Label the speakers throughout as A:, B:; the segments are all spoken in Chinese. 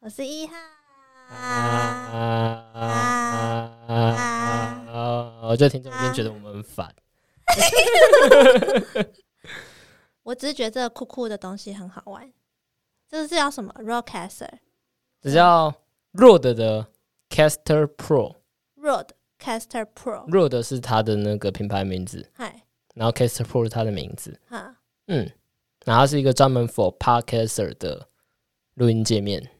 A: 我是一号。
B: 啊！我觉得听众一定觉得我们很烦。
A: 我只是觉得这个酷酷的东西很好玩。这是叫什么？Rodecaster
B: 这叫 Rode 的 Caster Pro，Rode
A: Rodecaster Pro。
B: 是它的那个品牌名字，
A: 嗨，
B: 然后 Caster Pro 是它的名字。
A: 哈，
B: 嗯，然后它是一个专门 for Podcaster 的录音界面，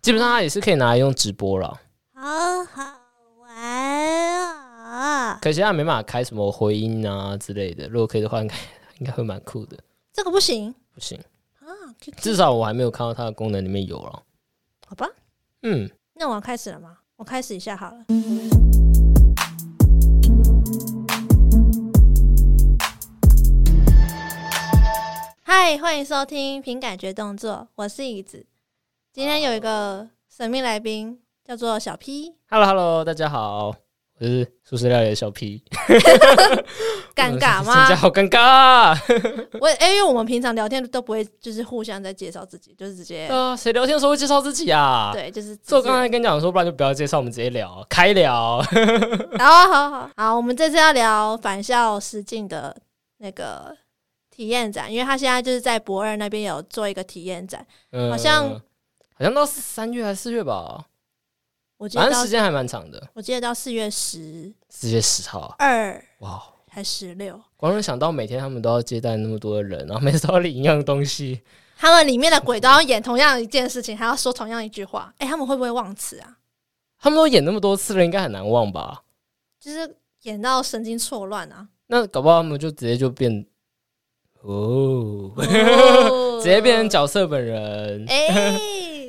B: 基本上它也是可以拿来用直播了，
A: 好好玩啊！
B: 可惜它没办法开什么回音啊之类的。如果可以的话，应该应该会蛮酷的。
A: 这个不行
B: 不行，
A: 啊，Q Q，
B: 至少我还没有看到它的功能里面有了。
A: 好吧，
B: 嗯，
A: 那我要开始了吗？我开始一下好了。嗨，欢迎收听《凭感觉动作》，我是椅子。今天有一个神秘来宾，叫做小 P，
B: Hello Hello，大家好，我是素食料理的小 P。呃
A: 尴尬
B: 人家
A: 吗？
B: 好尴尬、啊，
A: 我哎、因为我们平常聊天都不会，就是互相在介绍自己，就是直接、
B: 呃，谁聊天的时候会介绍自己啊？，
A: 对，就是
B: 所以我刚才跟你讲说，不然就不要介绍，我们直接聊开聊。
A: 然后好好好，我们这次要聊返校实境的那个体验展，因为他现在就是在博二那边有做一个体验展，
B: 嗯
A: 好像
B: 好像到三月还是四月吧，
A: 我记
B: 反
A: 得
B: 正
A: 到
B: 时间还蛮长的，
A: 我记得到四月十
B: 四月十号啊。
A: 二
B: 哇，
A: 还十六，
B: 光是想到每天他们都要接待那么多的人，然后每次都要领一样东西，
A: 他们里面的鬼都要演同样一件事情，还要说同样一句话，哎、他们会不会忘词啊？
B: 他们都演那么多次了，应该很难忘吧？
A: 就是演到神经错乱啊，
B: 那搞不好他们就直接就变哦，
A: 呃
B: 直接变成
A: 脚。
B: 角色本人。
A: 哦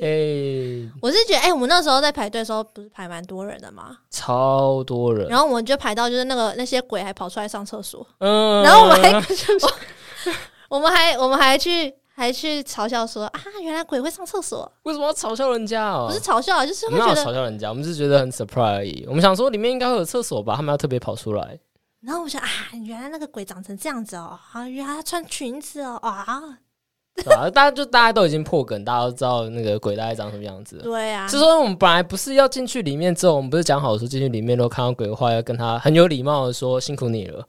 A: 哎、
B: 哎，
A: 我是觉得，哎、我们那时候在排队的时候，不是排蛮多人的嘛，
B: 超多人，
A: 然后我们就排到就是那个那些鬼还跑出来上厕所。
B: 嗯
A: 然后我们还 我们还我们还去还去嘲笑说啊，原来鬼会上厕所，
B: 为什么要嘲笑人家哦？
A: 不是嘲笑啊，就是
B: 我
A: 会
B: 们哪
A: 觉
B: 有
A: 得。
B: 嘲笑人家，我们是觉得很 surprise 而已。我们想说里面应该会有厕所吧，他们要特别跑出 来。
A: 然后我想啊，原来那个鬼长成这样子哦，啊，原来他穿裙子哦，啊，
B: 对啊，大家就大家都已经破梗，大家都知道那个鬼大概长什么样子了。
A: 对啊，
B: 是说我们本来不是要进去里面之后，我们不是讲好说进去里面都看到鬼的话，要跟他很有礼貌的说辛苦你了。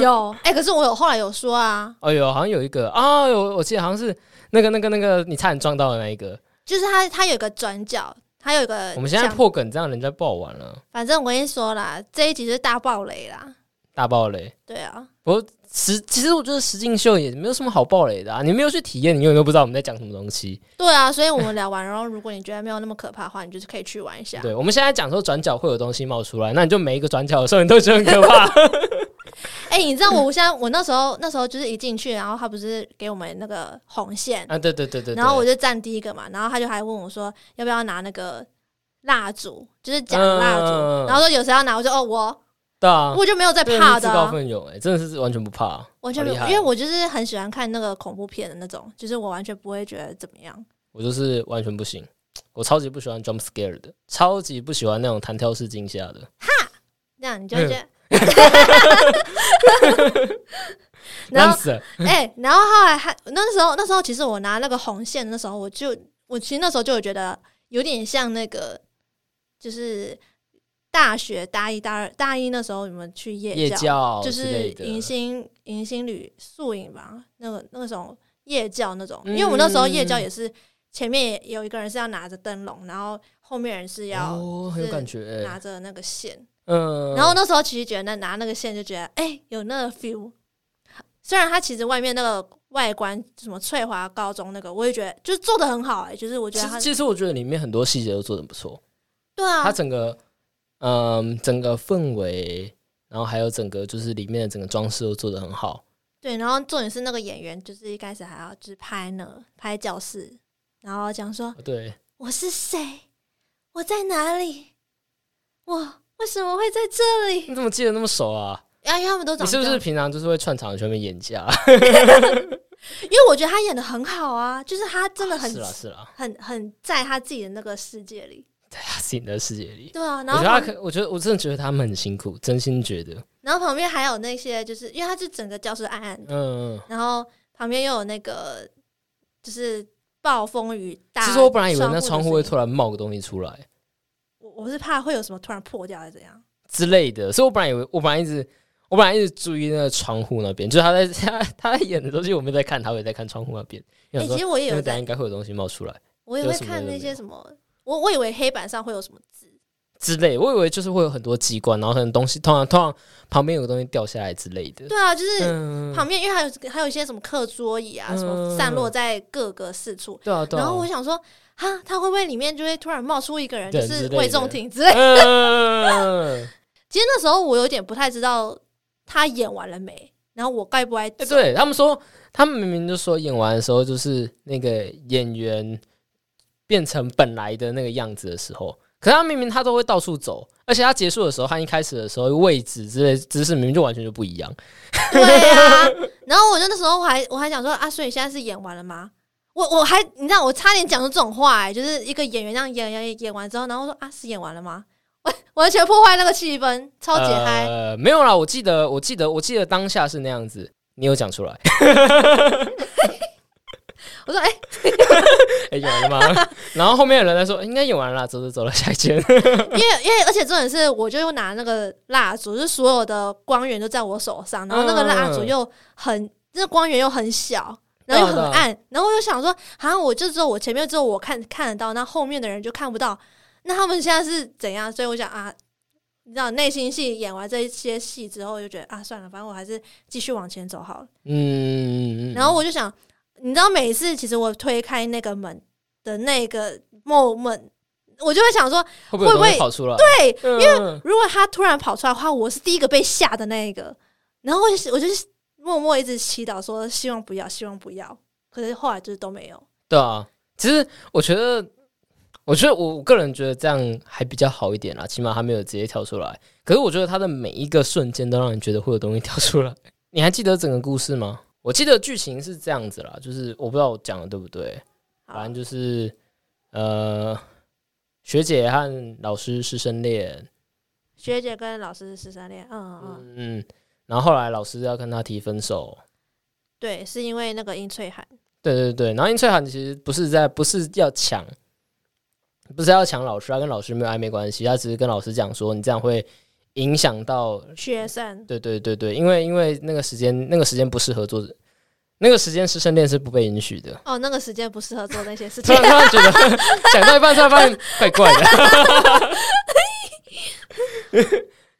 A: 有哎、可是我有后来有说啊，
B: 哎呦，好像有一个啊，有我记得好像是那个那个那个你差点撞到的那一个。
A: 就是他他有一个转角，他有一个
B: 我们现在
A: 墙
B: 破梗，这样人家不好玩了，
A: 反正我跟你说啦，这一集就是大爆雷啦，
B: 大爆雷。
A: 对啊，
B: 实其实我觉得实境秀也没有什么好爆雷的啊，你没有去体验，你永远都不知道我们在讲什么东西。
A: 对啊，所以我们聊完，然后如果你觉得没有那么可怕的话，你就是可以去玩一下。
B: 对，我们现在讲说转角会有东西冒出来，那你就每一个转角的时候，你都觉得很 可怕。
A: 哎、你知道我现在我那时候那时候就是一进去，然后他不是给我们那个红线，
B: 啊，对对对对对。
A: 然后我就站第一个嘛，然后他就还问我说要不要拿那个蜡烛，就是假
B: 嗯
A: 蜡烛，
B: 嗯嗯嗯
A: 然后说有谁要拿，我就哦我、
B: 对啊，
A: 我就没有在
B: 真
A: 怕
B: 是自
A: 的
B: 告
A: 啊、
B: 奋勇哎、真的是完全不怕、
A: 完全没有
B: 好厉，害哦
A: 因为我就是很喜欢看那个恐怖片的那种，就是我完全不会觉得怎么样。
B: 我就是完全不行，我超级不喜欢 jump scare 的，超级不喜欢那种弹跳式惊吓的。
A: 这样你
B: 嗯
A: 就会觉得， 然
B: 烂
A: 后
B: 死了！
A: 哎、然后后来还那时候那时候其实我拿那个红线的时候，我就我其实那时候就有觉得有点像那个就是大学大一大二大一那时候你们去夜
B: 夜教
A: 就
B: 之
A: 是
B: 类的
A: 迎新迎新旅宿营吧，那个那种夜教那种，
B: 嗯
A: 因为我们那时候夜教也是前面也有一个人是要拿着灯笼，然后后面人是要
B: 哦，很有感觉、欸。
A: 拿着那个线，
B: 嗯，
A: 然后那时候其实觉得拿那个线就觉得哎、有那个 feel，虽然它其实外面那个外观什么翠华高中那个，我也觉得就是做的很好哎、就是我
B: 其
A: 觉得它
B: 实其实我觉得里面很多细节都做的不错，
A: 对啊
B: 它，整个嗯整个氛围，然后还有整个就是里面的整个装饰都做的很好。
A: 对，然后重点是那个演员就是一开始还要就是拍呢拍教室，然后讲说。
B: 对，
A: 我是谁？我在哪里？我为什么会在这里？
B: 你怎么记得那么熟啊？
A: 啊，因为他们都长
B: 你是不
A: 这
B: 是
A: 样
B: 平常就是会串场全面演啊假？
A: 因为我觉得他演的很好啊，就是他真的很、
B: 啊是啦是啦，
A: 很很在他自己的那个世界里。
B: 在他自己的世界里。
A: 对啊，
B: 我
A: 然
B: 觉
A: 后
B: 得他
A: 旁
B: 可，我觉得我真的觉得他们很辛苦，真心觉得。
A: 然后旁边还有那些，就是因为他是整个教室暗暗的，
B: 嗯，嗯
A: 然后旁边又有那个就是暴风雨大。
B: 其实我本来以为那窗户会
A: 突
B: 突然冒个东西出来
A: 我我是怕会有什么突然破掉还是怎样。
B: 之类的，所以我本来以为我本来一直我本来一直注意那个窗户那边，就是他在 他他在演的东西，我没在看，他也在看窗户那边。
A: 哎、
B: 想
A: 其
B: 说
A: 实我也
B: 那
A: 有
B: 等下
A: 在
B: 应，该会有东西冒出来
A: 我也
B: 有
A: 会
B: 什么
A: 看
B: 都
A: 那
B: 没
A: 些
B: 有
A: 什么，我我以为黑板上会有什么字，
B: 之类，我以为就是会有很多机关，然后可能东西通常通常旁边有个东西掉下来之类的。
A: 对啊，就是
B: 嗯，
A: 旁边因为还有还有一些什么课桌椅啊，什么散落在各个四处。
B: 对啊，对啊。
A: 然后我想说，哈，他会不会里面就会突然冒出一个人，就
B: 人之
A: 是
B: 类
A: 魏
B: 的
A: 仲廷之类？
B: 嗯，
A: 其实那时候我有点不太知道他演完了没，然后我该不该
B: 欸
A: 走？
B: 对他们说，他们明明就说演完的时候，就是那个演员变成本来的那个样子的时候，可是他明明他都会到处走，而且他结束的时候和一开始的时候位置之类姿势明明就完全就不一样。
A: 对啊。然后我就那时候我还我还想说啊，所以现在是演完了吗？我我还你知道我差点讲出这种话、欸，就是一个演员这样演演演完之后，然后说啊是演完了吗？ 完完全破坏那个气氛，超级嗨、
B: 呃，没有啦，我记得，我记得，我记得当下是那样子。你有讲出来？
A: 我说哎、
B: 哎、演完了 吗？然后后面有人在说，欸应该演完了啦，走走走了，下一间。
A: 因为因为而且重点是，我就又拿那个蜡烛，就是所有的光源都在我手上，然后那个蜡烛又很，那光源又很小，然后又很暗，然后我就想说，好像我就只有我前面只有我看看得到，那后面的人就看不到，那他们现在是怎样？所以我想啊，你知道内心戏演完这一些戏之后，就觉得啊，算了，反正我还是继续往前走好了。
B: 嗯，
A: 嗯然后我就想，你知道每次其实我推开那个门的那个 moment，我就会想说，
B: 会不会有东
A: 会不
B: 西
A: 会
B: 跑出来？嗯
A: 对。
B: 对，因为
A: 如果他突然跑出来的话，我是第一个被吓的那一个。然后我就我就是默默一直祈祷说，希望不要，希望不要。可是后来就是都没有。
B: 对啊，其实我觉得，我觉得我我个人觉得这样还比较好一点啦，起码他没有直接跳出来。可是我觉得他的每一个瞬间都让你觉得会有东西跳 出来。你还记得整个故事吗？我记得剧情是这样子啦，就是我不知道我讲的对不对，
A: 好
B: 反，正就是呃，学姐和老师师生恋，
A: 学姐跟老师是师生恋，嗯嗯嗯，
B: 嗯，然后后来老师要跟他提分手，
A: 对，是因为那个殷翠涵，
B: 对对对，然后殷翠涵其实不是在，不是要抢，不是要抢老师，他跟老师没有暧昧关系，他只是跟老师讲说，你这样会影响到，
A: 学生
B: 对对对对，因为因为那个时间那个时间不适合做，那个时间师生恋是不被允许的。
A: 哦，那个时间不适合做那些事
B: 突
A: 情
B: 然。突然觉得讲到一半，突然发现怪怪的，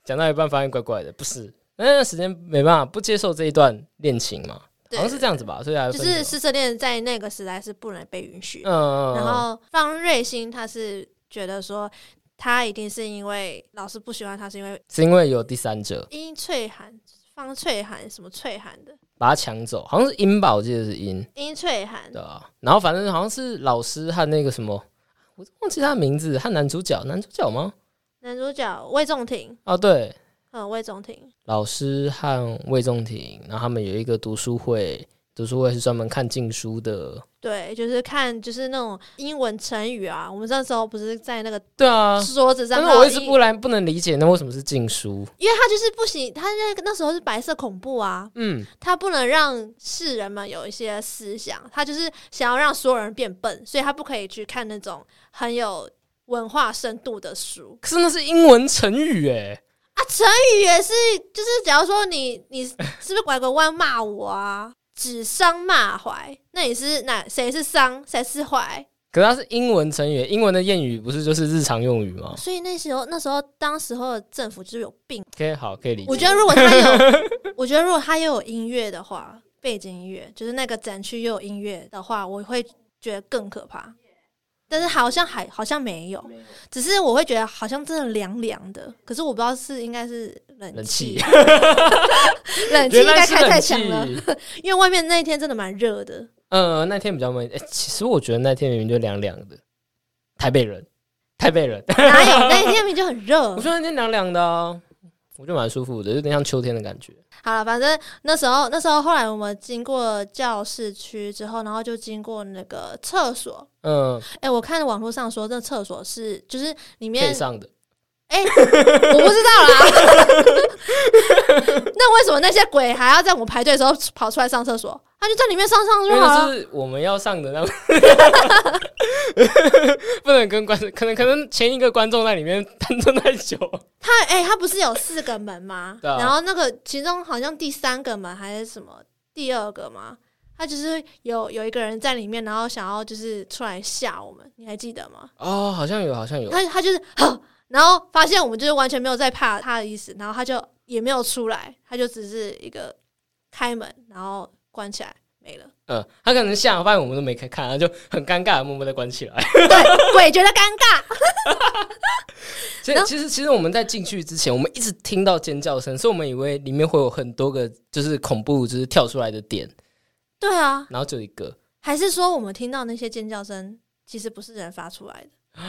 B: 讲到一半发现怪怪的，不是那段时间没办法不接受这一段恋情嘛，好
A: 对
B: 像是这样子吧，所以还
A: 就
B: 分
A: 是
B: 手
A: 师生恋在那个时代是不能被允许的。
B: 嗯嗯，嗯
A: 然后方瑞欣她是觉得说，她一定是因为老师不喜欢她，是因为
B: 是因为有第三者。
A: 殷翠涵、方翠涵什么翠涵的
B: 把他抢走，好像是音吧，我记得是音，
A: 殷翠涵
B: 对，吧、啊然后反正好像是老师和那个什么，我忘记他的名字，和男主角，男主角吗？
A: 男主角魏仲廷，
B: 哦，对，
A: 嗯，魏仲廷，
B: 老师和魏仲廷，然后他们有一个读书会，读书会是专门看禁书的。
A: 对，就是看就是那种英文成语啊，我们那时候不是在那个
B: 对啊，
A: 桌子上，
B: 但是
A: 然后
B: 我一直
A: 英
B: 不然不能理解，那为什么是禁书？
A: 因为他就是不行，他那个那时候是白色恐怖啊，
B: 嗯，
A: 他不能让世人们有一些思想，他就是想要让所有人变笨，所以他不可以去看那种很有文化深度的书
B: 可是那是英文成语哎，
A: 啊。成语也是，就是假如说你你是不是拐个弯骂我啊，指桑骂槐，那你是哪谁是桑谁是槐？
B: 可是它是英文成语，英文的谚语不是就是日常用语吗
A: 所以那时候那时候当时候的政府就是有病。
B: ？OK，好，可以理解。
A: 我觉得如果他 有，我觉得如果他又有音乐的话，背景音乐就是那个展区又有音乐的话，我会觉得更可怕。但是好像还好像没有，只是我会觉得好像真的凉凉的。可是我不知道是应该是冷
B: 冷
A: 气
B: 气，
A: 冷气
B: 原
A: 应
B: 来
A: 该
B: 是
A: 开太
B: 冷
A: 强了，
B: 气。
A: 因为外面那一天真的蛮热的。
B: 呃，那天比较闷、诶其实我觉得那天明明就凉凉的，台北人，台北人，
A: 哪有那一天明明就很热
B: 我？觉得那天凉凉的、啊，我觉得蛮舒服的，有点像秋天的感觉。
A: 好了，反正那时候那时候后来我们经过教室区之后，然后就经过那个厕所，
B: 嗯、
A: 哎、我看网络上说这厕所是就是里
B: 配
A: 面，
B: 上的，
A: 哎、我不知道 啦。那为什么那些鬼还要在我们排队的时候跑出来上厕所？他就在里面上上
B: 因
A: 就
B: 为
A: 好
B: 那
A: 了。
B: 是我们要上的那种， 不能跟观众，可能可能前一个观众在里面单蹲太久，
A: 他哎、他不是有四个门吗？
B: 对啊
A: 然后那个其中好像第三个门还是什么第二个吗？他就是有有一个人在里面，然后想要就是出来吓我们，你还记得吗？
B: 哦，好像有，好像有，
A: 他他就是， 然后发现我们就是完全没有在怕他的意思，然后他就也没有出来，他就只是一个开门，然后关起来没了。
B: 嗯，他可能下午发现我们都没开看，他就很尴尬，默默的关起来。
A: 对，鬼觉得尴尬，
B: 所以
A: 然后
B: 其实其实我们在进去之前，我们一直听到尖叫声，所以我们以为里面会有很多个就是恐怖就是跳出来的点，
A: 对啊，
B: 然后就一个，
A: 还是说我们听到那些尖叫声其实不是人发出来的？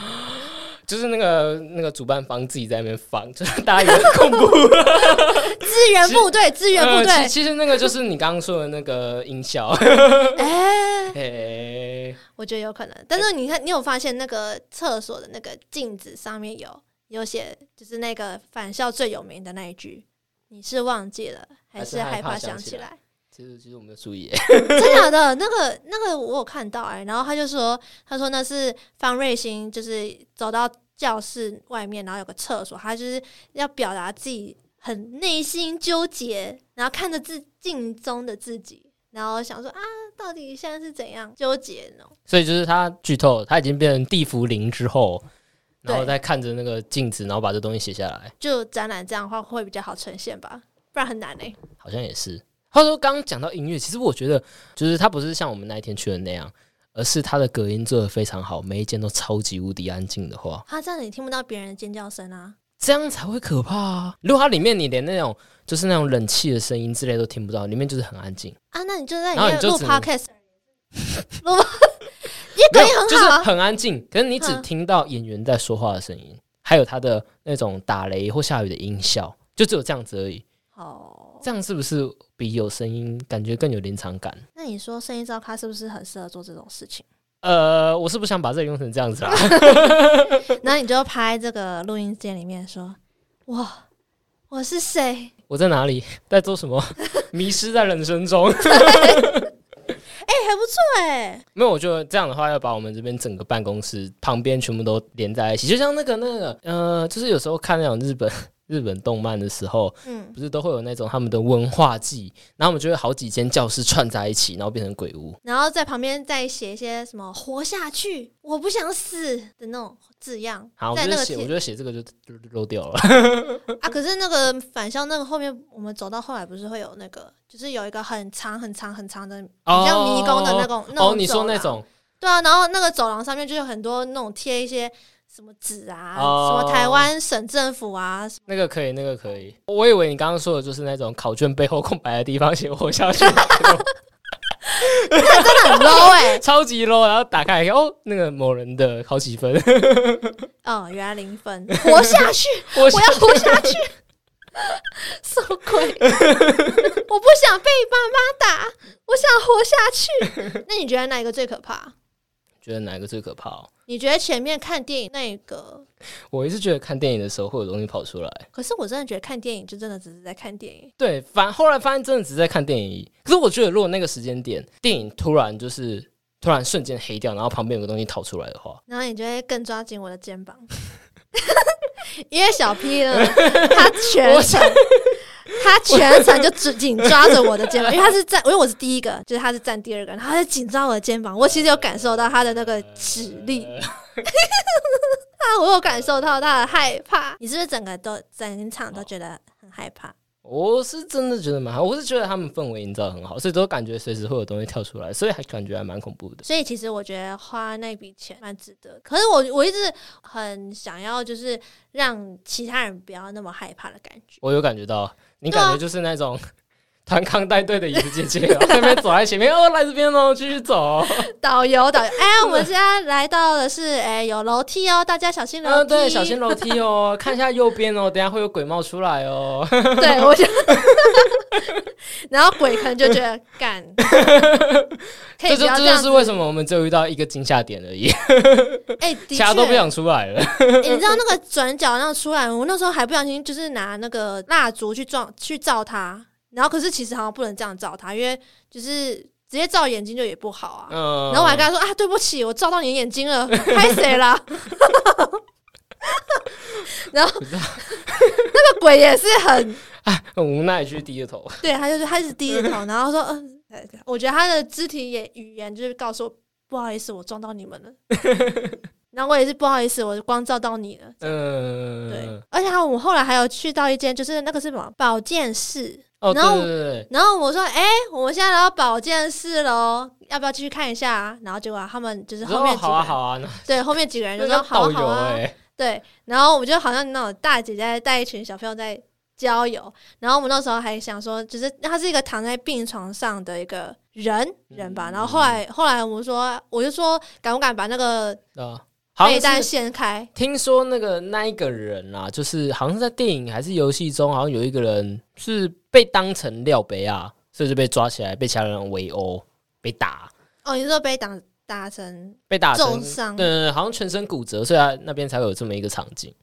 B: 就是那个那个主办方自己在那边放，就是大家以为 恐怖。
A: 支援部队，支援部
B: 呃
A: 队
B: 其，其实那个就是你刚刚说的那个音效。
A: 哎、
B: 嘿
A: 我觉得有可能。但是你看，你有发现那个厕所的那个镜子上面有有写，就是那个返校最有名的那一句。你是忘记了，还
B: 还是
A: 是
B: 害
A: 害
B: 怕
A: 怕
B: 想
A: 想
B: 起
A: 起
B: 来
A: 来？
B: 其实其实我没有注意，
A: 真假的？那个那个我有看到哎、然后他就说，他说那是方瑞欣，就是走到教室外面，然后有个厕所，他就是要表达自己很内心纠结，然后看着自镜中的自己，然后想说啊，到底现在是怎样纠结呢？
B: 所以就是他剧透，他已经变成地茯苓之后，然后
A: 对
B: 再看着那个镜子，然后把这东西写下来，
A: 就展览这样的话会比较好呈现吧，不然很难哎、
B: 好像也是。话说刚刚讲到音乐，其实我觉得就是它不是像我们那一天去的那样，而是它的隔音做的非常好，每一间都超级无敌安静的话，
A: 啊他这样你听不到别人的尖叫声啊，
B: 这样才会可怕啊！如果它里面你连那种就是那种冷气的声音之类都听不到，里面就是很安静，
A: 啊，那你就在里
B: 然后
A: 面
B: 你就
A: 录
B: 只
A: podcast，录也可以
B: 就
A: 很
B: 是
A: 好啊，
B: 很安静，可是你只
A: 嗯
B: 听到演员在说话的声音，还有他的那种打雷或下雨的音效，就只有这样子而已。
A: 哦。
B: 这样是不是比有声音感觉更有临场感？
A: 那你说生意照咖是不是很适合做这种事情？
B: 呃，我是不想把这个用成这样子啦。啊
A: 那你就拍这个录音间里面说：“哇，我是谁？
B: 我在哪里， 在做什么，迷失在人生中。
A: 哎、还不错哎、
B: 没有，我觉得这样的话，要把我们这边整个办公室旁边全部都连在一起，就像那个那个呃，就是有时候看那种日本 日本动漫的时候，
A: 嗯，
B: 不是都会有那种他们的文化祭，然后我们就会好几间教室串在一起，然后变成鬼屋。
A: 然后在旁边再写一些什么‘活下去，我不想死’的那种字样
B: 好，，我
A: 在
B: 觉
A: 那
B: 得
A: 个
B: 写，我
A: 贴
B: 觉得写这个就就就漏掉了。
A: 啊。可是那个返校那个后面，我们走到后来不是会有那个，就是有一个很长很长很长的， 很像迷宫的那种。那种
B: 哦，你说那
A: 走廊
B: 种
A: 对啊，然后那个走廊上面就有很多那种贴一些什么纸啊，
B: 哦
A: 什么台湾省政府啊，什么
B: 那个可以，那个可以。我以为你刚刚说的就是那种考卷背后空白的地方写活下去，
A: 真的很
B: 哦
A: low 哎、
B: 超级 low，然后打开来看哦，那个某人的考几分，
A: 哦，原来零分，活下去，
B: 我
A: 我要活下去， 什么鬼？ 我不想被爸妈打，我想活下去。 那你觉得哪一个最可怕？
B: 觉得哪个最可怕、哦？
A: 你觉得前面看电影那个？
B: 我一直觉得看电影的时候会有东西跑出来，
A: 可是我真的觉得看电影就真的只是在看电影。
B: 对，反后来发现真的只是在看电影。可是我觉得如果那个时间点电影突然就是突然瞬间黑掉，然后旁边有个东西逃出来的话，
A: 然后你就会更抓紧我的肩膀， 因为小 P 呢，他全程他全程就只紧抓着我的肩膀，因为他是站，因为我是第一个，就是他是站第二个，然后他就紧抓我的肩膀，我其实有感受到他的那个指力， 啊，我有感受到他的害怕。你是不是整个都整场都觉得很害怕？
B: 我是真的觉得蛮好，我是觉得他们氛围营造得很好，所以都感觉随时会有东西跳出来，所以还感觉还蛮恐怖的。
A: 所以其实我觉得花那笔钱蛮值得的。可是我我一直很想要，就是让其他人不要那么害怕的感觉。
B: 我有感觉到，你
A: 对啊
B: 感觉就是那种 团康带队的椅子姐姐，然后在那边走在前面，哦，来这边哦，继续走。
A: 导游， 导游，哎，我们现在来到的是，哎，有楼梯哦，大家小心楼
B: 嗯，
A: 梯，
B: 对，小心。楼 梯哦，看一下右边哦，等一下会有鬼冒出来哦。
A: 对，我就， 然后鬼可能就觉得 干，可以不
B: 这就
A: 要
B: 这
A: 样子
B: 就是为什么我们只有遇到一个惊吓点而已，
A: 哎，的
B: 其
A: 确，
B: 他都不想出来 了。
A: 哎你知道那个转角那出来，我那时候还不小心就是拿那个蜡烛去撞去照它，然后可是其实好像不能这样照它，因为就是。直接照眼睛就也不好啊。
B: 嗯，
A: 然后我还跟他说啊，对不起，我照到你的眼睛了，拍谁啦？ 然后那个鬼也是很
B: 很无奈去低 着头，
A: 对，他就是他一直低着头，然后说嗯，我觉得他的肢体也语言就是告诉我不好意思，我撞到你们 了。然后我也是不好意思，我光照到你了。
B: 嗯，
A: 对，，而且我们后来还有去到一间，就是那个是什么保健室，
B: 哦，对
A: 然后
B: 对对对，
A: 然后我说：“哎、我们现在来到保健室喽，要不要继续看一下、啊？”然后结果他们就是
B: 你
A: 后面
B: 说
A: 几个
B: 好
A: 人，
B: 啊好啊，那
A: 对后面几个人就
B: 那
A: 说：“
B: 叫
A: 好啊
B: 导
A: 好
B: 游
A: 啊。
B: 哎，
A: 对，然后我们就好像那种大姐姐带一群小朋友在郊游，然后我们那时候还想说，就是他是一个躺在病床上的一个人人吧。然后后来
B: 嗯
A: 后来我们说，我就说敢不敢把那个
B: 啊，好
A: 被
B: 像
A: 单
B: 是
A: 掀开？
B: 听说那个那一个人啊，就是好像是在电影还是游戏中，好像有一个人是被当成廖北啊，所以就被抓起来，被其他人围殴，被打，
A: 哦，你是说被打打成
B: 被打成
A: 重伤？
B: 对对对，好像全身骨折，所以他那边才会有这么一个场景。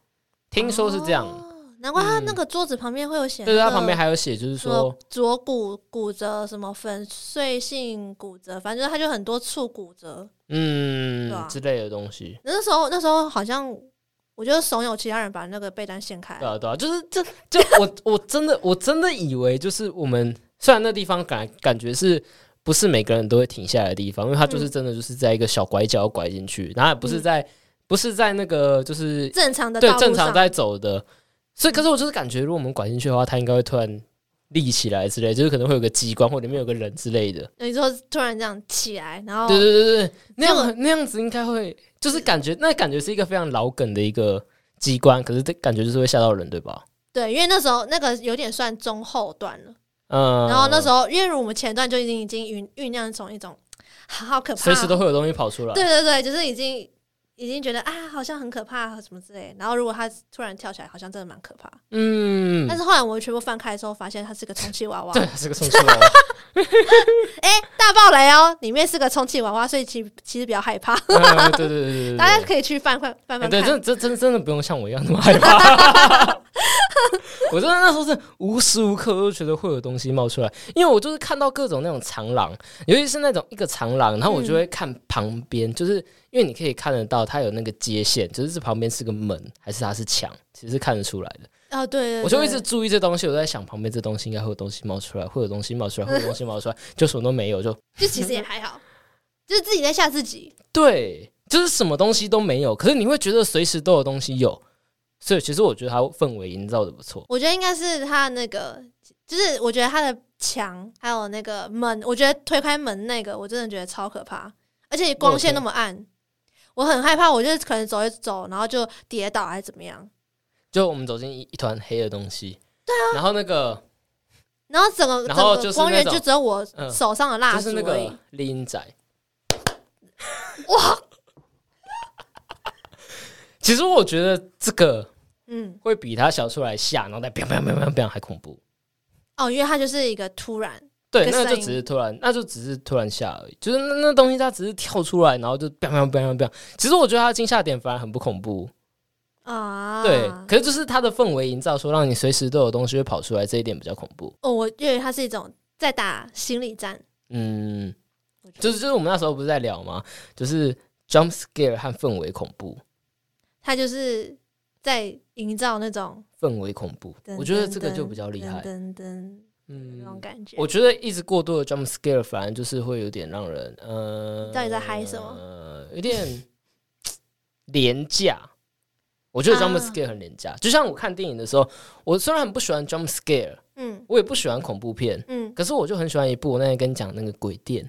B: 听说是这样，
A: 哦难怪他那
B: 嗯
A: 个桌子旁边会有写、那
B: 对，他
A: 个
B: 旁边还有写，就是
A: 什么
B: 说，
A: 左骨骨折，什么粉碎性骨折，反正就是它就很多处骨折。
B: 嗯
A: 对啊
B: 之类的东西。
A: 那时候那时候好像我就怂恿其他人把那个被单掀开
B: 对，啊，对啊，就是这就我我真的我真的以为就是我们虽然那地方感感觉是不是每个人都会停下来的地方，因为它
A: 嗯
B: 就是真的就是在一个小拐角拐进去，然后也不是在、不是在那个就是
A: 正常的嗯
B: 对
A: 道路
B: 正常
A: 上嗯
B: 在走的，所以可是我就是感觉如果我们拐进去的话，它应该会突然立起来之类，就是可能会有个机关或里面有个人之类的。
A: 你说突然这样起来，然后
B: 对对对对，那
A: 这个
B: 样那样子应该会就是感觉那感觉是一个非常老梗的一个机关，可是这感觉就是会吓到人，对吧？
A: 对因为那时候那个有点算中后段了。
B: 嗯，
A: 然后那时候因为我们前段就已经已经酝酝酿成一种好好可怕，
B: 随时都会有东西跑出来。
A: 对对对，就是已经已经觉得啊好像很可怕什么之类。然后如果他突然跳起来，好像真的蛮可怕。
B: 嗯，
A: 但是后来我全部翻开之后，发现它是个充气娃娃，
B: 对，是个充气娃娃。
A: 大爆雷哦！里面是个充气娃娃，所以其其实比较害怕。
B: 嗯对对对对对，
A: 大家可以去翻翻翻
B: 哎
A: 翻
B: 对，
A: 看。
B: 真真真真的不用像我一样那么害怕。 我真的那时候是无时无刻都觉得会有东西冒出来，因为我就是看到各种那种长廊，尤其是那种一个长廊，然后
A: 嗯
B: 我就会看旁边，就是因为你可以看得到它有那个接线，就是这旁边是个门还是它是墙，其实是看得出来的。
A: 哦，对对对，
B: 我就一直注意这东西，我在想旁边这东西应该会有东西冒出来，会有东西冒出来，会有东西冒出来，就什么都没有，就
A: 就其实也还好，就是自己在吓自己。
B: 对，就是什么东西都没有，可是你会觉得随时都有东西有，所以其实我觉得它氛围营造的不错。
A: 我觉得应该是他那个，就是我觉得他的墙还有那个门，我觉得推开门那个，我真的觉得超可怕，而且光线那么暗，我很害怕，我就是可能走一走，然后就跌倒还是怎么样。
B: 就我们走进一一团黑的东西，对啊，然后那个
A: 然后整个
B: 然后
A: 整
B: 就
A: 个
B: 是那
A: 光源
B: 种
A: 就只有我
B: 嗯
A: 手上的蜡
B: 就
A: 烛
B: 是那
A: 而已
B: 个。丽英仔，
A: 哇，
B: 其实我觉得这个
A: 嗯，
B: 会比他小出来吓，然后再 biang biang biang biang biang 还恐怖。
A: 哦，因为它就是一个突然，
B: 对，
A: 一个
B: 那个就
A: 声音
B: 只是突然，那就只是突然吓而已。就是那那东西，它只是跳出来，然后就 biang biang biang biang biang。其实我觉得它的惊吓点反而很不恐怖，
A: 啊，
B: 对。可是就是它的氛围营造说，让你随时都有东西会跑出来，这一点比较恐怖。
A: 哦，我认为它是一种在打心理战，
B: 嗯，就是就是我们那时候不是在聊吗？就是 jump scare 和氛围恐怖，
A: 它就是在营造那种，
B: 氛围恐怖
A: 噔，
B: 我觉得
A: 噔
B: 这个就
A: 噔
B: 比较厉害。
A: 噔噔噔那种
B: 嗯，
A: 感觉。
B: 我觉得一直过多的 jump scare 反而就是会有点让人呃，
A: 到底在嗨什么？
B: 呃，有点 廉价。我觉得 jump
A: 啊
B: scare 很廉价，就像我看电影的时候，我虽然很不喜欢 jump scare，
A: 嗯
B: 我也不喜欢恐怖片，
A: 嗯
B: 可是我就很喜欢一部我那天跟你讲那个鬼店。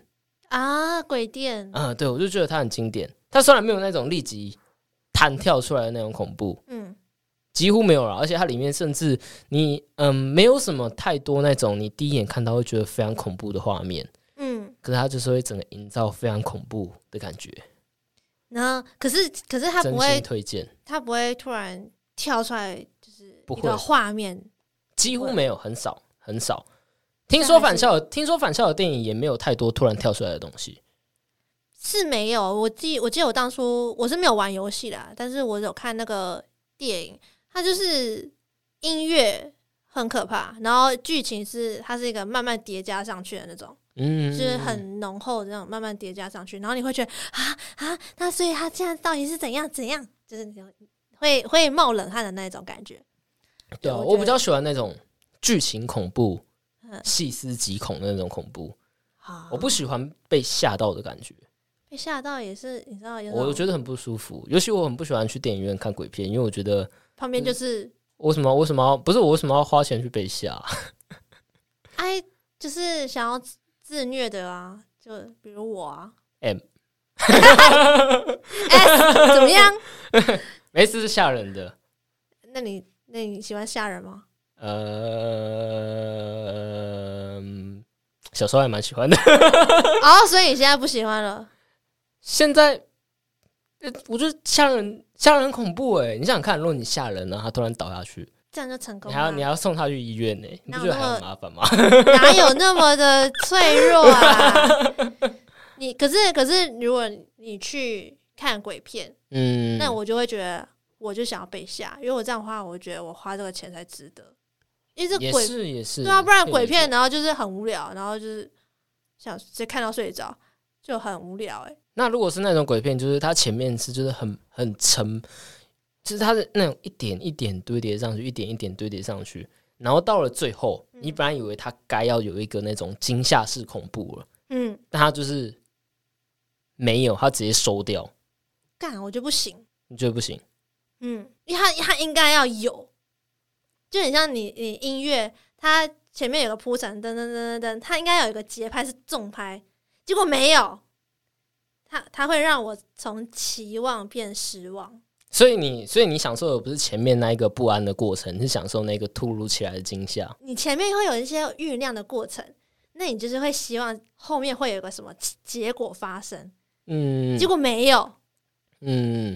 A: 啊，鬼店，
B: 啊，对，我就觉得它很经典。它虽然没有那种立即弹跳出来的那种恐怖，
A: 嗯
B: 几乎没有了，而且它里面甚至你嗯没有什么太多那种你第一眼看到会觉得非常恐怖的画面，
A: 嗯，
B: 可是它就是会整个营造非常恐怖的感觉。
A: 然后可是可是它
B: 真
A: 不
B: 心
A: 会，
B: 推荐，
A: 它不会突然跳出来，就是
B: 不
A: 一
B: 会
A: 个画面，
B: 几乎
A: 会
B: 没有，很少很少。听
A: 但
B: 说
A: 还
B: 返
A: 是
B: 校，听说返校的电影也没有太多突然跳出来的东西。
A: 是没有，我记我记得我当初我是没有玩游戏啦，但是我有看那个电影，它就是音乐很可怕，然后剧情是它是一个慢慢叠加上去的那种，
B: 嗯，
A: 就是很浓厚的那种慢慢叠加上去，然后你会觉得啊啊，那所以他现在到底是怎样怎样，就是你会会冒冷汗的那种感觉。
B: 对啊，
A: 我
B: 我
A: 觉
B: 比
A: 得
B: 较喜欢那种剧情恐怖
A: 嗯、哦
B: 细思极恐的那种恐怖，
A: 好，
B: 我不喜欢被吓到的感觉，
A: 被吓到也是，你知道，有
B: 我
A: 种
B: 觉得很不舒服。尤其我很不喜欢去电影院看鬼片，因为我觉得
A: 旁边
B: 嗯
A: 就是
B: 我为什么为什么要不是我为什么要花钱去被吓？啊
A: 哎，就是想要自自虐的啊，就比如我啊
B: M
A: S 怎么样？
B: 没事是吓人的，
A: 那你那你喜欢吓人吗？
B: 呃，嗯小时候还蛮喜欢的，
A: 哦，所以你现在不喜欢了。
B: 现在。呃我觉得吓人，吓人很恐怖哎、你想想看，如果你吓人，然后他突然倒下去，
A: 这样就成功
B: 你还要
A: 了，
B: 你还要送他去医院呢、你不觉得还很麻烦吗？
A: 哪有那么的脆弱 啊？你可是可是，如果你去看鬼片，
B: 嗯，
A: 那我就会觉得，我就想要被吓，因为我这样的话，我觉得我花这个钱才值得，因为这
B: 也
A: 鬼
B: 是也是，
A: 对啊，不然
B: 可以
A: 鬼
B: 理解
A: 片，然后就是很无聊，然后就是想直接看到睡着，就很无聊哎、欸。
B: 那如果是那种鬼片，就是它前面是就是很很沉，就是它的那种一点一点堆叠上去，一点一点堆叠上去，然后到了最后，
A: 嗯
B: 你本来以为它该要有一个那种惊吓式恐怖了，
A: 嗯，
B: 但它就是没有，它直接收掉，
A: 干我就不行，
B: 你觉得不行？
A: 嗯，因为他他应该要有，就很像你你音乐，它前面有个铺陈，噔噔噔噔噔，它应该有一个节拍是重拍，结果没有，它它会让我从期望变失望，
B: 所以你所以你享受的不是前面那一个不安的过程，你是享受那个突如其来的惊吓。
A: 你前面会有一些酝酿的过程，那你就是会希望后面会有一个什么结果发生，
B: 嗯，
A: 结果没有。
B: 嗯，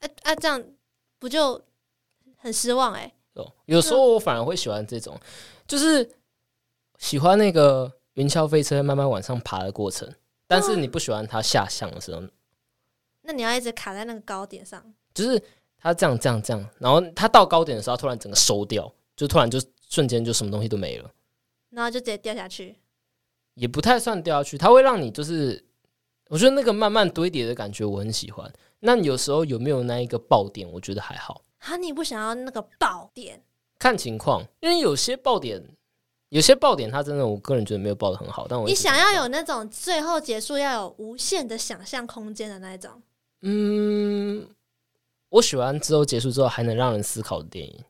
A: 啊啊，这样不就很失望哎、
B: 哦，有时候我反而会喜欢这种，就是喜欢那个云霄飞车慢慢往上爬的过程，但是你不喜欢它下降的时候，
A: 那你要一直卡在那个高点上，
B: 就是它这样这样这样，然后它到高点的时候，它突然整个收掉，就突然就瞬间就什么东西都没了，
A: 然后就直接掉下去。
B: 也不太算掉下去，它会让你就是，我觉得那个慢慢堆叠的感觉我很喜欢。那你有时候有没有那一个爆点？我觉得还好。
A: 啊，你不想要那个爆点，
B: 看情况，因为有些爆点，有些爆点，它真的，我个人觉得没有爆的很好。但我一
A: 你
B: 直
A: 想
B: 觉得
A: 要有那种最后结束要有无限的想象空间的那一种。
B: 嗯，我喜欢之后结束之后还能让人思考的电影。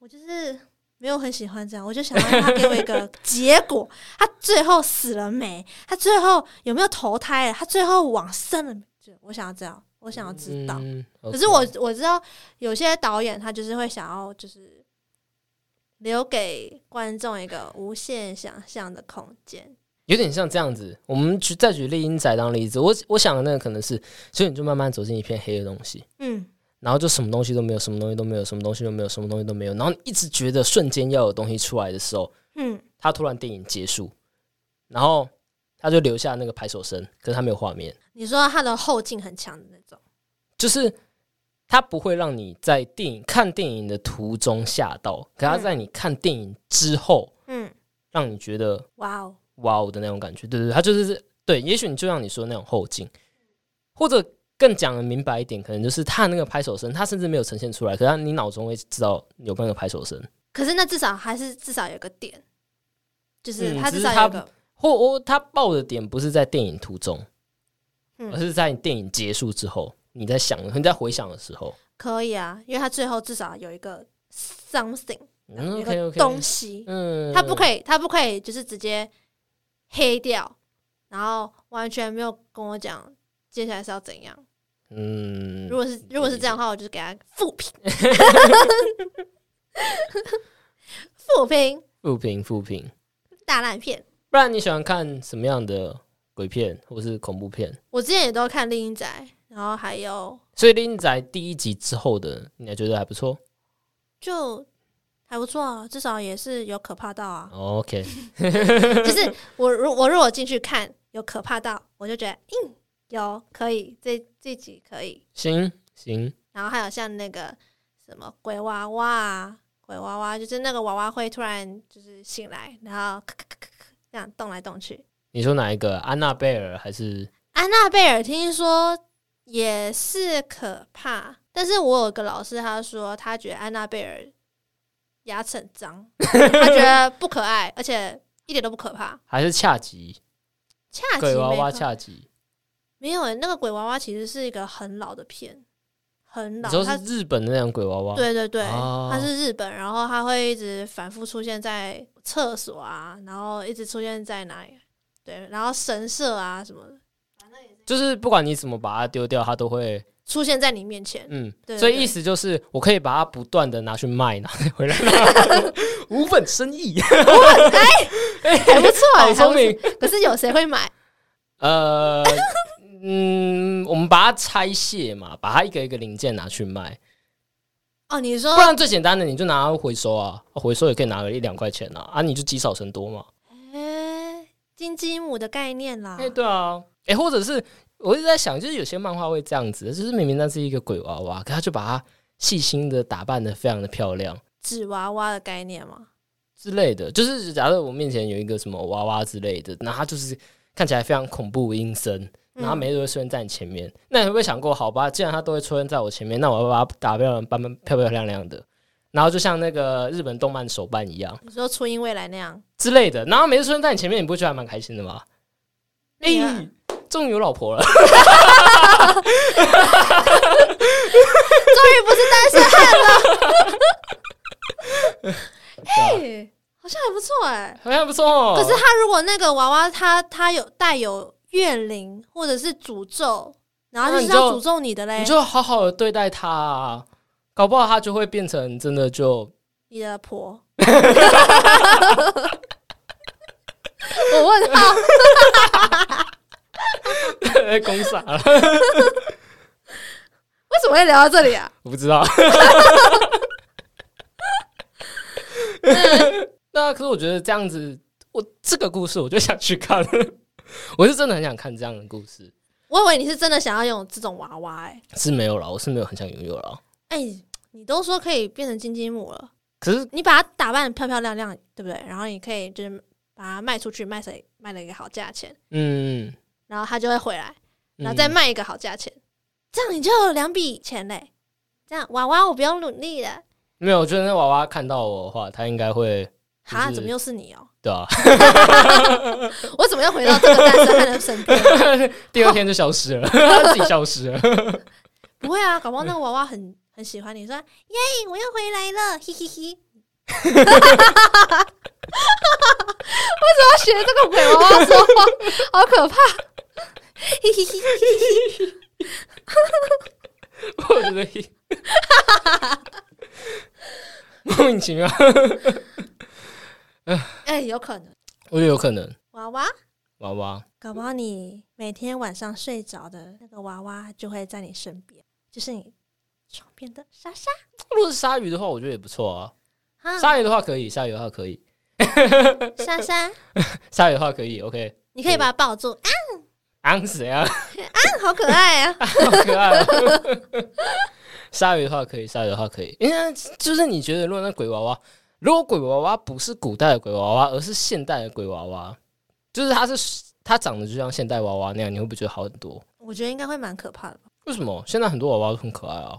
A: 我就是没有很喜欢这样，我就想让他给我一 个结果，他最后死了没？他最后有没有投胎了？他最后往生了没？就我想要这样，我想要知道。
B: 嗯
A: 可是我我知道有些导演他就是会想要就是留给观众一个无限想象的空间。
B: 有点像这样子，我们举再举《丽英仔》当例子，我我想的那个可能是，所以你就慢慢走进一片黑的东西，
A: 嗯，
B: 然后就什么东西都没有，什么东西都没有，什么东西都没有，什么东西都没有，然后你一直觉得瞬间要有东西出来的时候，
A: 嗯，
B: 它突然电影结束，然后他就留下那个拍手声，可是他没有画面。
A: 你说他的后劲很强的那种，
B: 就是它不会让你在电影看电影的途中吓到，可它在你看电影之后，
A: 嗯，
B: 让你觉得
A: 哇哦，
B: 哇哦的那种感觉，对对对，它就是对。也许你就像你说的那种后劲，或者更讲的明白一点，可能就是他那个拍手声，他甚至没有呈现出来，可是你脑中会知道有那个拍手声。
A: 可是那至少还是至少有个点，就是
B: 嗯
A: 他
B: 只
A: 至少
B: 是他
A: 有一个，
B: 或我他爆的点不是在电影途中，
A: 嗯
B: 而是在你电影结束之后，你在想你在回想的时候，
A: 可以啊，因为他最后至少有一个 something，有
B: 嗯
A: 一
B: ，OK
A: 个
B: OK，
A: 东西，
B: 嗯，
A: 他不可以，他不可以就是直接黑掉，然后完全没有跟我讲接下来是要怎样。
B: 嗯
A: 如，果是如果是这样的话，我就是给他负 评，负评
B: 复评复评。
A: 大烂片。
B: 不然你喜欢看什么样的鬼片或是恐怖片？
A: 我之前也都看《丽英仔》，然后还有
B: 所以《林仔》第一集之后的，你还觉得还不错
A: 就还不错啊，至少也是有可怕到 啊。
B: ？OK，
A: 就是我如我如果进去看有可怕到，我就觉得嗯有可以，这这集可以。
B: 行行，
A: 然后还有像那个什么鬼娃娃啊，鬼娃娃就是那个娃娃会突然就是醒来，然后咔咔咔咔咔这样动来动去。
B: 你说哪一个？安娜贝尔还是
A: 安娜贝尔听说也是可怕，但是我有个老师他说他觉得安娜贝尔牙齿很 脏，他觉得不可爱，而且一点都不可怕。
B: 还是恰吉？
A: 恰吉
B: 鬼娃娃
A: 没可
B: 恰吉？
A: 没有、欸、那个鬼娃娃其实是一个很老的片，很
B: 你
A: 老，
B: 说
A: 它
B: 是日本的那种鬼娃娃？，
A: 对对对，
B: 哦
A: 它是日本，然后它会一直反复出现在厕所啊，然后一直出现在哪里？对，然后神社啊什么的
B: 就是不管你怎么把它丢掉，它都会
A: 出现在你面前。
B: 嗯，
A: 对
B: 所以
A: 对
B: 意思就是我可以把它不断的拿去卖，拿回来，无本生意，
A: 还不错、啊
B: 好
A: 还不
B: 聪
A: 错
B: 明。
A: 可是有谁会买？
B: 呃，嗯，我们把它拆卸嘛，把它一个一个零件拿去卖，
A: 哦，你说
B: 不然最简单的你就拿它回收啊，回收也可以拿个一两块钱啊，啊，你就积少成多嘛。
A: 哎，金鸡母的概念啦
B: 哎、，对啊，哎、或者是我一直在想，就是有些漫画会这样子，就是明明那是一个鬼娃娃，可他就把它细心的打扮的非常的漂亮。
A: 纸娃娃的概念嘛。
B: 之类的，就是假如我面前有一个什么娃娃之类的，那它就是看起来非常恐怖阴森，然后它
A: 嗯
B: 每次都会出现在你前面。那你会不会想过，好吧，既然它都会出现在我前面，那我要把它打扮得斑斑漂漂亮亮的，然后就像那个日本动漫手办一样
A: 你说初音未来那样，
B: 之类的，然后每次出现在你前面，你不会觉得还蛮开心的吗？
A: 那你
B: 哎、
A: 呢
B: 终于有老婆了，
A: 终于不是单身汉了。 哎、好像还不错哎、
B: 好像不错哦。
A: 可是他如果那个娃娃他他有带有怨灵或者是诅咒，然后
B: 那
A: 就
B: 你
A: 是要
B: 就
A: 诅咒你的嘞
B: 你，就好好的对待它、啊，搞不好它就会变成真 的就
A: 你的婆。 我问号，
B: 攻傻了。
A: 为什么会聊到这里啊？
B: 我不 知道。那可是我觉得这样子，我这个故事我就想去看 了，我是真的很想看这样的故事，
A: 我以为你是真的想要用这种娃娃哎、
B: 是没有了，我是没有很想拥有了。
A: 哎、你都说可以变成金鸡母了，
B: 可是
A: 你把它打扮得漂漂亮亮，对不对？然后你可以就是把它卖出去，卖谁卖了一个好价钱，
B: 嗯，
A: 然后它就会回来，
B: 嗯
A: 然后再卖一个好价钱，这样你就有两笔钱嘞。这样娃娃我不用努力了，
B: 没有，我觉得那娃娃看到我的话，他应该会就是
A: 哈，怎么又是你哦、
B: 对 啊，
A: 我怎么又回到这个单身汉的身边？
B: 第二天就消失了，他自己消失了。
A: 不会 啊，搞不好那个娃娃很很喜欢你，说耶，我又回来了，嘿嘿嘿。 为什么要学这个鬼娃娃说话？好可怕！嘿嘿嘿嘿嘿
B: 我觉得莫名其妙，
A: 哎、有可能
B: 我觉得有可能
A: 娃娃，
B: 娃娃。
A: 搞不好你每天晚上睡着的那个娃娃就会在你身边，就是你床边的莎莎
B: 如果是鲨鱼的话，我觉得也不错啊。
A: 啊，
B: 鲨鱼的话可以，鲨鱼的话可以，
A: 莎莎，
B: 鲨鱼的话可以，OK。
A: 你可以把它抱住，啊，
B: 昂怎样？
A: 好可爱啊！
B: 好可爱、 哦。鲨鱼的话可以，鲨鱼的话可以。因为就是你觉得，如果那鬼娃娃，如果鬼娃娃不是古代的鬼娃娃，而是现代的鬼娃娃，就是它是它长得就像现代娃娃那样，你会不会觉得好很多？
A: 我觉得应该会蛮可怕的吧。
B: 为什么现在很多娃娃都很可爱啊？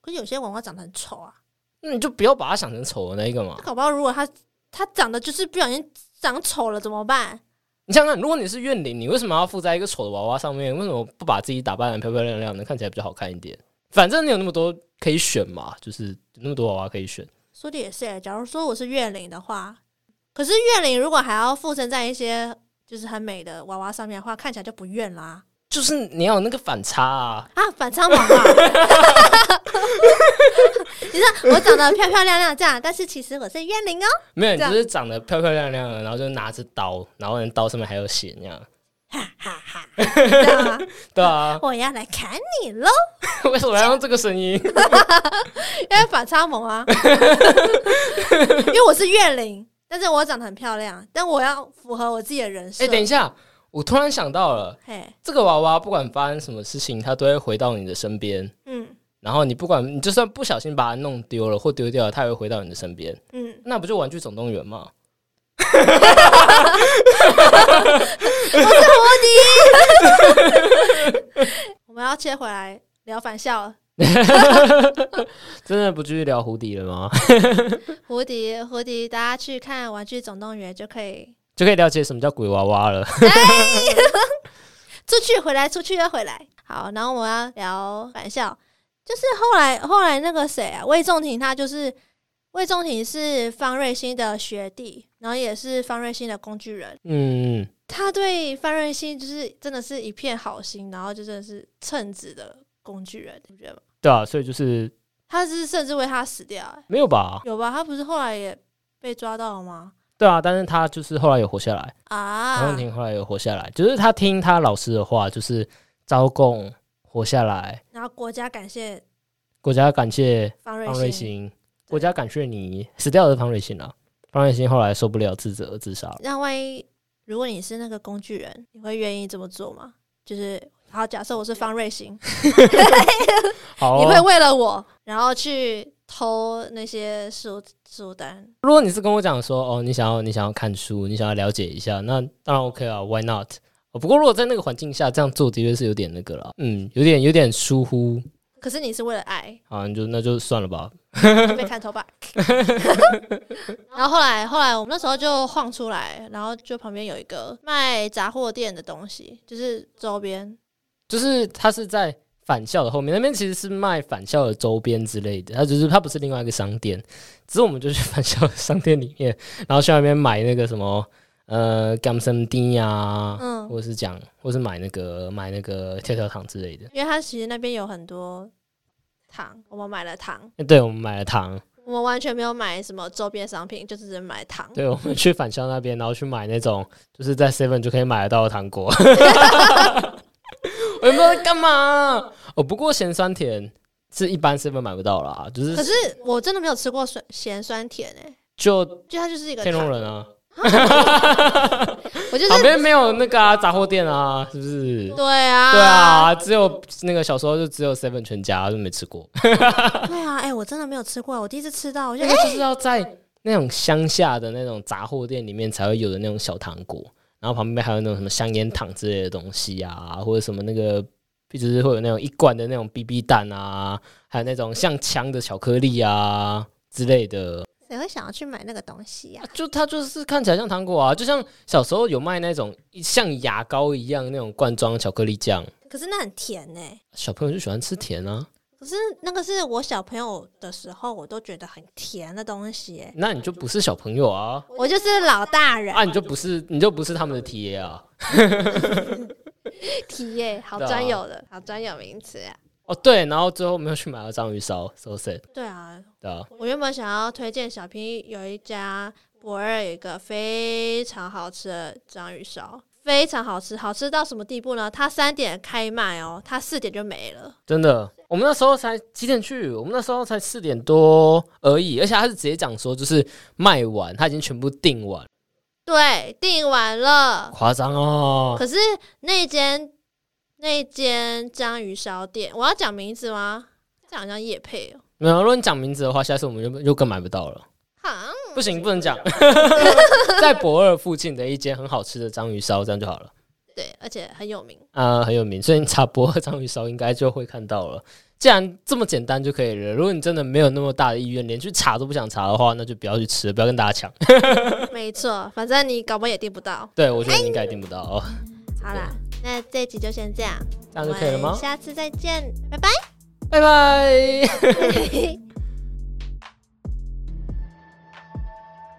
A: 可是有些娃娃长得很丑啊，
B: 那你就不要把它想成丑的那一个嘛
A: 那。搞不好如果他他长得就是不小心长丑了怎么办？
B: 你想想，如果你是怨灵，你为什么要附在一个丑的娃娃上面？为什么不把自己打扮的漂漂亮亮的，看起来比较好看一点？反正你有那么多可以选嘛，就是有那么多娃娃可以选。
A: 说的也是欸，假如说我是月龄的话，可是月龄如果还要附身在一些就是很美的娃娃上面的话，看起来就不怨啦
B: 就是你要有那个反差啊！
A: 啊！反差萌啊！你看我长得漂漂亮亮这样，但是其实我是月龄哦，
B: 没有，你
A: 这样
B: 就是长得漂漂亮亮的，然后就拿着刀，然后人刀上面还有血 那样。
A: 哈哈哈！你知道吗？，
B: 对啊
A: 我要来砍你喽！
B: 为什么要用这个 声音？
A: 啊因为反差萌 啊，因为我是月龄，但是我长得很漂亮，但我要符合我自己的人设。
B: 哎、等一下，我突然想到了，
A: 嘿，
B: 这个娃娃不管发生什么事情，它都会回到你的身边。
A: 嗯
B: 然后你不管你就算不小心把它弄丢了或丢掉了，它也会回到你的身边。
A: 嗯，
B: 那不就《玩具总动员》吗？
A: 我们要切回来聊返校了。
B: 真的不继续聊胡迪了吗？
A: 胡迪，胡迪，大家去看《玩具总动员》就可以
B: 就可以了解什么叫鬼娃娃了。
A: 出去回来，出去又回来。好，然后我要聊返校，就是后来后来那个谁啊，魏仲廷，他就是魏仲廷是方瑞欣的学弟，然后也是方瑞欣的工具人。
B: 嗯，
A: 他对方瑞欣就是真的是一片好心，然后就真的是称职的工具人，你不觉得吗？
B: 对啊，所以就是
A: 他是甚至为他死掉、欸，
B: 没有吧？
A: 有吧？他不是后来也被抓到了吗？
B: 对啊，但是他就是后来有活下来，王
A: 啊
B: 永，婷后来有活下来，就是他听他老师的话，就是招供活下来，
A: 然后国家感谢
B: 国家感谢
A: 方
B: 方瑞
A: 瑞欣，
B: 欣，国家感谢你死掉的是方瑞欣啊。方瑞欣后来受不了自责而自杀了。
A: 那万一如果你是那个工具人，你会愿意这么做吗？就是好，假设我是方瑞欣，
B: 好
A: 你
B: 哦、
A: 会为了我，然后去偷那些书书单？
B: 如果你是跟我讲说，哦，你想要你想要看书，你想要了解一下，那当然 OK 啊，Why not？哦不过如果在那个环境下这样做，的确是有点那个了，嗯，有点有点疏忽
A: 可是你是为了爱
B: 啊，你就那就算了吧。
A: 就被看头吧。 然后后来后来我们那时候就晃出来，然后就旁边有一个卖杂货店的东西，就是周边。
B: 就是他是在返校的后面，那边其实是卖返校的周边之类的，他只是他不是另外一个商店，只是我们就去返校的商店里面， 然后去那边买那个什么呃 gum s m d 呀，
A: 嗯，
B: 或者是讲，或是买那个买那个跳跳糖之类的。
A: 因为它其实那边有很多糖，我们买了糖，
B: 诶对，我们买了糖，
A: 我们完全没有买什么周边商品，就只是买糖。
B: 对我们去返校那边，然后去买那种就是在 Seven 就可以买得到的 糖果。我也不知道在干嘛、哦，不过咸酸甜是一般 Seven 买不到啦，就
A: 可
B: 是
A: 是我真的没有吃过酸咸酸甜诶、
B: 就
A: 就它就是一个
B: 天龙
A: 糖，
B: 人啊，
A: 我就
B: 旁
A: 是
B: 边没有那个、啊、杂货店啊，是不是？
A: 对啊，
B: 对啊，只有那个小时候就只有 Seven 全家就没吃过，
A: 对啊，哎、我真的没有吃过，我第一次吃到，我就
B: 那
A: 哎、
B: 个就是要在那种乡下的那种杂货店里面才会有的那种小糖果，然后旁边还有那种什么香烟糖之类的东西啊，或者什么那个。就是会有那种一罐的那种 BB 蛋啊，还有那种像枪的巧克力啊之类的，
A: 谁会想要去买那个东西呀、
B: 啊就它就是看起来像糖果啊，就像小时候有卖那种像牙膏一样那种罐装巧克力酱，
A: 可是那很甜诶、
B: 小朋友就喜欢吃甜啊，
A: 可是那个是我小朋友的时候，我都觉得很甜的东西、欸，
B: 那你就不是小朋友啊，
A: 我就是老大人
B: 啊，你就不是，你就不是他们的 TA 啊。
A: 体验，好
B: 对啊
A: 专有的，好专有名词啊。
B: 哦，对，然后最后没有去买到章鱼烧，so sad，
A: 对啊，
B: 对啊，
A: 我原本想要推荐小 P 有一家博二有一个非常好吃的章鱼烧，非常好吃，好吃到什么地步呢？它三点开卖哦，它四点就没了。
B: 真的。我们那时候才几点去？我们那时候才四点多而已，而且他是直接讲说，就是卖完，他已经全部订完，
A: 对，订完了。
B: 夸张哦。
A: 可是那间那间章鱼烧店，我要讲名字吗？这好像叶配哦。
B: 没有，如果你讲名字的话，下次我们就又更买不到了。
A: 哈，
B: 不行，不能讲。 在博二附近的一间很好吃的章鱼烧，这样就好了。
A: 对，而且很有名。
B: 啊，很有名，所以你查博尔章鱼烧应该就会看到了。既然这么简单就可以了，如果你真的没有那么大的意愿，连去查都不想查的话，那就不要去吃了，不要跟大家抢。
A: 没错，反正你搞不好也订不到。
B: 对，我觉得你应该订不到哦，
A: 好啦，那这一集就先这样，
B: 这样就可以了
A: 我们
B: 吗？
A: 下次再见，拜拜。
B: 拜拜。